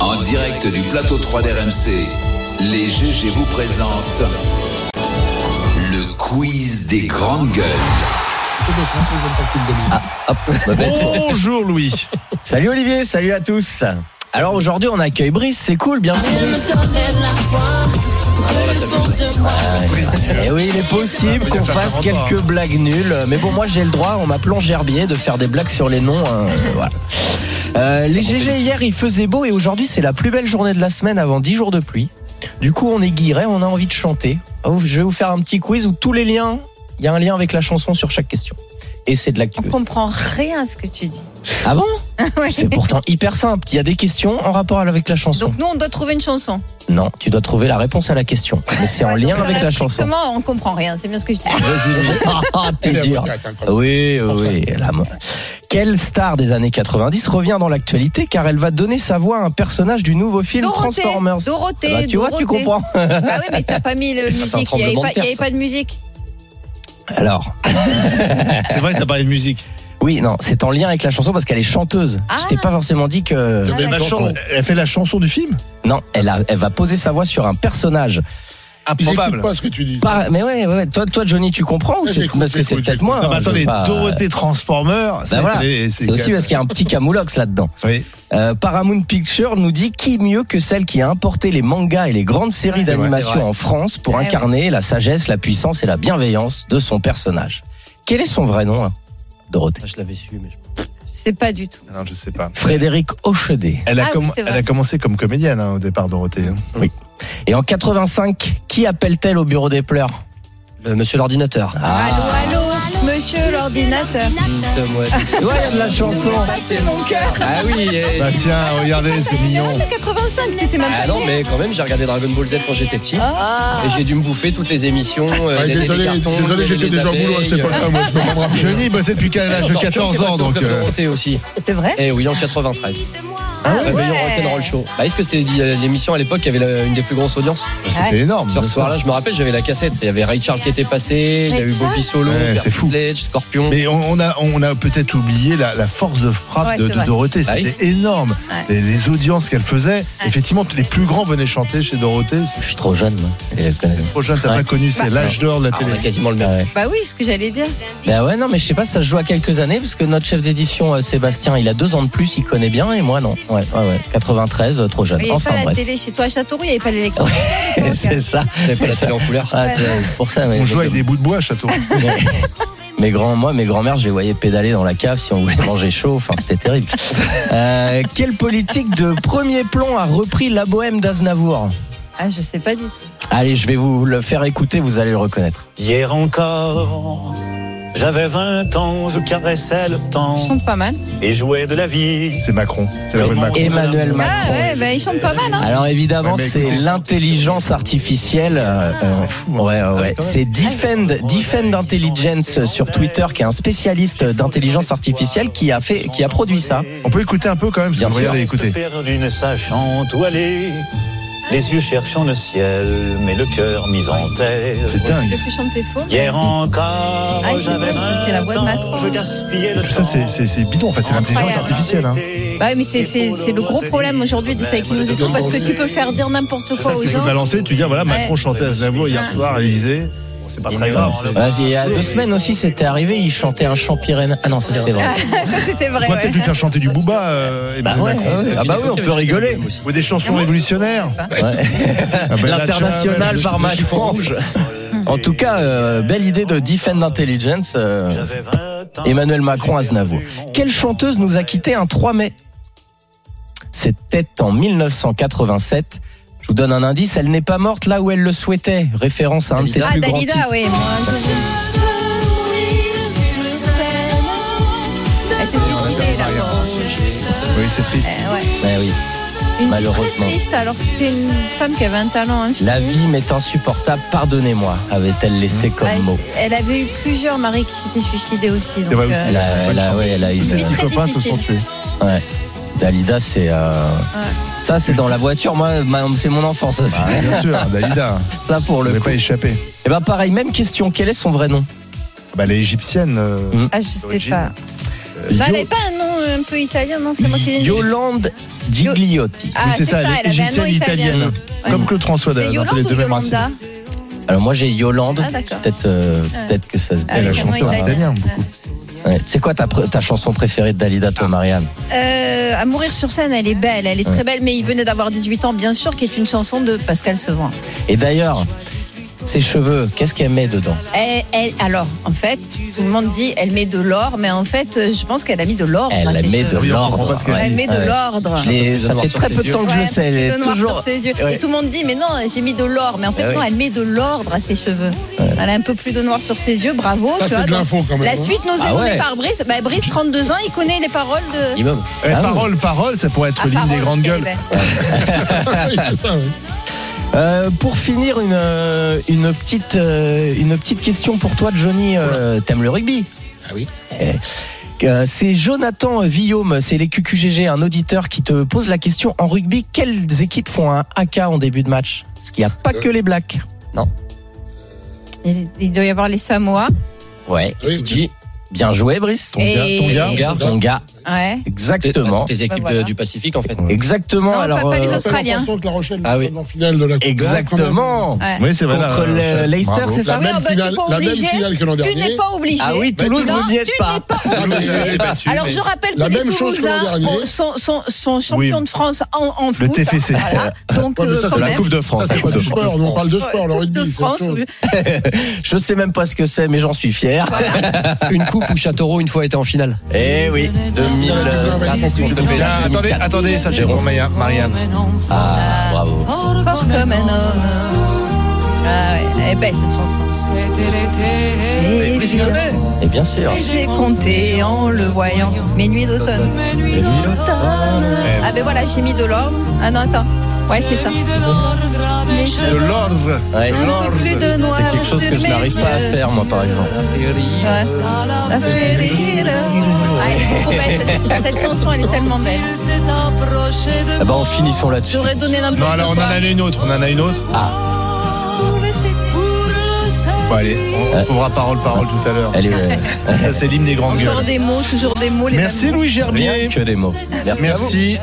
En direct du plateau 3 d'RMC, les GG vous présentent le quiz des grandes gueules. Ah, hop, mauvaise- Bonjour Louis. Salut Olivier, salut à tous. Alors aujourd'hui on accueille Brice, c'est cool, bienvenue. Eh oui, il est possible qu'on fasse quelques blagues nulles, mais bon moi j'ai le droit, on m'a plongé herbier de faire des blagues sur les noms. hein, voilà. Euh, les GG hier il faisait beau et aujourd'hui c'est la plus belle journée de la semaine avant 10 jours de pluie. Du coup on est guiré, on a envie de chanter. Ah, Je vais vous faire un petit quiz où tous les liens, il y a un lien avec la chanson sur chaque question. Et c'est de l'actu. On comprend rien à ce que tu dis. Ah bon Ouais. C'est pourtant hyper simple. Il y a des questions en rapport avec la chanson. Donc nous, on doit trouver une chanson. non, tu dois trouver la réponse à la question. Mais c'est en lien avec la chanson. Comment euh, on comprend rien C'est bien ce que je dis. Vas-y, Ah, ah, t'es dur. Oui, oui, oui, la mo- Quelle star des années 90 revient dans l'actualité car elle va donner sa voix à un personnage du nouveau film Dorothée. Transformers Dorothée. Ah bah, Tu vois, tu Dorothée. comprends. Ah oui, mais t'as pas mis le fait un musique. Il n'y avait, tremblement pas, de terre, il y avait ça. pas de musique. Alors, C'est vrai que t'as parlé de musique. oui, non, c'est en lien avec la chanson parce qu'elle est chanteuse. Ah. Je t'ai pas forcément dit que. Ah, Mais ma d'accord. chan- elle fait la chanson du film Non, elle, a- elle va poser sa voix sur un personnage. Improbable. J'écoute pas ce que tu dis. Par- mais ouais, ouais, ouais. Toi, toi, Johnny, tu comprends ou Ouais, Ah, c'est j'écoute, parce que c'est j'écoute, peut-être j'écoute. moi Non, mais hein, je attendez, vais pas- Dorothée Transformer, Bah voilà. C'est aussi parce qu'il y a un petit camoulox là-dedans. Oui. Euh, Paramount Pictures nous dit qui mieux que celle qui a importé les mangas et les grandes séries Ouais, c'est vrai, c'est d'animation vrai. en France pour Ouais, incarner la sagesse, la puissance et la bienveillance de son personnage. Quel est son vrai nom, hein, Dorothée Je l'avais su, mais je... Je sais pas du tout. Non, je sais pas. Frédéric Ochedé. Elle a, Ah oui, comm- c'est vrai. elle a commencé comme comédienne hein, au départ, Dorothée. hein. Et en 85, qui appelle-t-elle au bureau des pleurs Ah. Monsieur l'ordinateur. Allô, allô, monsieur l'ordinateur. Ouais, il y a de la chanson. C'est mon cœur. Ah oui. eh, Bah tiens, regardez, c'est mignon. Ah, Non, c'est 85, t'étais même Ah pas non née. mais quand même j'ai regardé Dragon Ball Z quand j'étais petit. Ah. Et j'ai dû me bouffer toutes les émissions. euh, Ouais, les- les Ah, désolé, cartons, désolé, les- j'étais les déjà au boulot à cette abeilles, époque-là. Moi, je peux pas me rappeler. Johnny bossait depuis Ah, qu'à l'âge de 14 ans, donc. euh, Dorothée aussi. C'est vrai Eh oui, en 93. Ah La meilleure rock'n'roll show. Bah, est-ce que c'est l'émission à l'époque qui avait la- une des plus grosses audiences C'était énorme. Sur ce soir-là, je me rappelle, j'avais la cassette. Il y avait Ray Charles qui était passé, il y a eu Bobby Solo, Ouais, c'est Percy fou. Sledge, Scorpion. Mais on, on a, on a peut-être oublié la, la force de frappe Ouais, de, c'est de vrai. Dorothée. Ah oui. C'était énorme. Ouais. Les, les audiences qu'elle faisait. Effectivement, tous les plus grands venaient chanter chez Dorothée. C'est Je suis trop jeune, moi. Et je connais- trop jeune, t'as Ouais. pas connu, c'est l'âge d'or de la Ah, on télé. a quasiment le même. Ouais. Bah oui, ce que j'allais dire. Bah ouais, non, mais je sais pas, ça se joue à quelques années, parce que notre chef d'édition, euh, Sébastien, il a deux ans de plus, il connaît bien, et moi, non. Ouais, ouais, ouais. 93, euh, trop jeune. Il n'y avait Enfin, pas la bref. télé chez toi à Châteauroux, il n'y avait pas l'électricité. C'est ça. T'avais pas la télé en couleur. Ah, t'es- pour ça, mais- On jouait avec des bouts de bois, château. mes grands, moi, mes grands-mères, je les voyais pédaler dans la cave si on voulait manger chaud. Enfin, c'était terrible. Euh, quelle politique de premier plan a repris la bohème d'Aznavour Ah, je sais pas du tout. Allez, je vais vous le faire écouter, vous allez le reconnaître. Hier encore, j'avais 20 ans, je caressais le Ils temps chantent pas mal. et jouais de la vie. C'est Macron. C'est la voix de Comment Macron. Emmanuel Macron. Ah ouais, bah ils chantent pas mal, hein. Alors évidemment, Ouais, mais c'est écoutez- l'intelligence artificielle. Ah, euh, euh, hein. ouais, ouais, ouais. C'est Defend, Defend Intelligence sur Twitter, qui est un spécialiste Euh, d'intelligence artificielle qui a fait, qui a produit ça. On peut écouter un peu quand même. Bien Bien sûr. regardez, Reste écoutez. perdu, ne sachant où aller, les yeux cherchant le ciel, mais le cœur mis en terre. C'est dingue. hein. Le plus chanter faux. Hier encore, Ah, c'est j'avais vrai, c'était la 20 voix de ans, Macron. je gaspillais le Ça, temps. c'est- c'est c'est bidon. Enfin, c'est l'intelligence Incroyable. artificielle. hein. Bah oui, mais c'est- c'est c'est le gros problème aujourd'hui du fake news et tout, parce que tu peux faire dire n'importe Ça, quoi aux tu peux gens. balancer, tu dis, voilà, Macron Ouais. chantait à Aznavour hier Ouais. soir, Élysée. Bon, C'est pas très grave. c'est- Vas-y, il y a deux semaines aussi, c'était arrivé, il chantait un chant pyrénéen. Ah non, ça c'était vrai. Ça, c'était vrai. Faut ouais. peut-être lui faire chanter du booba. euh, Bah Emmanuel ouais, Macron. ouais, ouais. Ah bah oui, on peut rigoler. Ou des Ah chansons révolutionnaires. Ouais. Ah bah, L'international la- par Macron. Hum. En tout cas, euh, belle idée de Defend Intelligence. euh, J'avais 20 ans, Emmanuel Macron j'ai Aznavour. perdu mon Quelle chanteuse nous a quitté un 3 mai C'était en 1987. Je vous donne un indice, elle n'est pas morte là où elle le souhaitait. Référence à un de ses Ah, plus grands titres. Dalida, oui. Elle s'est suicidée, là. pour- Oui, c'est triste. Eh, ouais. Eh oui. Une vie très Malheureusement. triste, alors que c'était une femme qui avait un talent hein. infini. La vie m'est insupportable, pardonnez-moi, avait-elle laissé Ouais, comme mot. Elle avait eu plusieurs maris qui s'étaient suicidés aussi. Donc, C'est vrai aussi. euh, Elle a, elle a- ouais, elle a eu. Ses Mais petits très copains se sont difficile. tués. Ouais. Dalida, c'est. euh, Ça, c'est dans la voiture. Moi, ma- c'est mon enfance aussi. Ah, bien sûr, Dalida. Ça, pour On le n'est coup. pas échappé. Et bah, pareil, même question. Quel est son vrai nom Bah, elle est égyptienne. euh, Mm. Ah, je sais D'origine. pas. euh, Non, elle Yo- n'avait pas un nom un peu italien, non C'est moi qui l'ai dit. Yolande Gigliotti. Ah, oui, c'est ça, elle elle est avait un nom égyptienne et italien. italienne. Comme Claude François, C'est d'ailleurs, ils ont les Yolande ou deux mêmes racines. Yolanda Alors, moi, j'ai Yolande. Ah, d'accord. Peut-être euh, peut-être que ça se dit. Ah, Elle a oui, chanté comment en il a dit. italien. Ouais. C'est quoi ta, pr- ta chanson préférée de Dalida, toi, Marianne Euh, à mourir sur scène, elle est belle, elle est très belle, mais il venait d'avoir 18 ans, bien sûr, qui est une chanson de Pascal Sevran. Et d'ailleurs, ses cheveux, qu'est-ce qu'elle met dedans Elle, elle- alors, en fait, tout le monde dit elle met de l'or, mais en fait, euh, je pense qu'elle a mis de l'or. Elle met de Oui, on comprend l'ordre. pas ce qu'elle Ouais. Elle met de Ouais. l'ordre. Je l'ai- ça fait très peu de temps que je le Ouais, sais. elle Elle fait de est noir toujours. sur ses yeux. Ouais. Et tout le monde dit, mais non, j'ai mis de l'or. Mais en fait, Ah non, oui. elle met de l'ordre à ses cheveux. Elle a un peu plus de noir sur ses yeux. Bravo. Ça, tu c'est vois, de donc, l'info quand même. la hein. suite nous est Ah donnée ouais. par Brice. Bah, Brice, 32 ans, il connaît les paroles de. ben. Minimum. Eh, Ah oui. parole, parole, ça pourrait être Ah, l'une des paroles, grandes elle gueules. est belle. Oui, c'est ça, oui. Euh, pour finir, une, euh, une, petite, euh, une petite question pour toi, Johnny. Euh, T'aimes le rugby Ah oui. Eh, euh, c'est Jonathan Villaume, c'est les QQGG, un auditeur qui te pose la question en rugby, quelles équipes font un AK en début de match Parce qu'il n'y a pas que les Blacks. Il, il doit y avoir les Samoa. Ouais. Oui, oui. Fidji, Bien joué, Brice. Ton gars, ton gars. Tonga. Ton gars. Ouais. Exactement. Tes équipes Bah, voilà. euh, du Pacifique, en fait. Exactement. Non, alors, pas les euh, autres. Australiens. Attention que La Rochelle Ah oui. est en finale de la Coupe exactement. Ouais. Oui, c'est vrai. là, Contre la le Rochelle. euh, Leicester, Bravo. c'est La ça Ah oui, même ah bah, t'es finale, pas la même obligé. finale que l'an Tu n'es dernier. pas obligé. Ah oui, Toulouse, Non, vous n'y tu êtes pas. n'es pas obligé. Toulouse est battue, Alors mais- je rappelle La que les même chose que l'an Toulousains dernier. ont- sont, sont- sont champions Oui. de France en, en Le foot. TFC. Voilà. Donc Ouais, mais euh, ça, c'est quand La même. Coupe de France. Ça, c'est la pas Coupe du de France. sport, nous on parle de sport, le Coupe rugby, de c'est autre France. Oh, chose. Je sais même pas ce que c'est, mais j'en suis fier. Une coupe où Châteauroux, une fois, était en finale. Eh oui, 2000. euh, Ah, c'est Coupe de Tiens, Pédale, Attendez, 2004. attendez, ça c'est pour Maya- Marianne. Ah, bravo. Oh, Fort comme un homme. Ah ouais, elle est belle cette chanson. C'était Mais c'est l'été. vrai. Et bien sûr. J'ai compté en le voyant mes nuits d'automne. Ah ben voilà, j'ai mis de l'ordre. Ah non, attends. Ouais, c'est ça. Mais je De l'ordre. Ouais. De l'ordre. plus de noir. C'est quelque chose de que je mes n'arrive pas à yeux. faire, moi, par exemple. Ouais, ça fait rire. Ah, elle est trop belle, cette, cette chanson, elle est tellement belle. Ah bah, en finissant là-dessus. J'aurais donné Non, n'importe alors on en quoi. a une autre, on en a une autre. Bon, allez, Euh, on on trouvera parole, parole tout à l'heure. Elle est. euh, Ça, c'est l'hymne des grandes Encore gueules. des mots, toujours des mots. Les mêmes Merci Louis rien Gerbier. que des mots. Merci. à vous. Merci.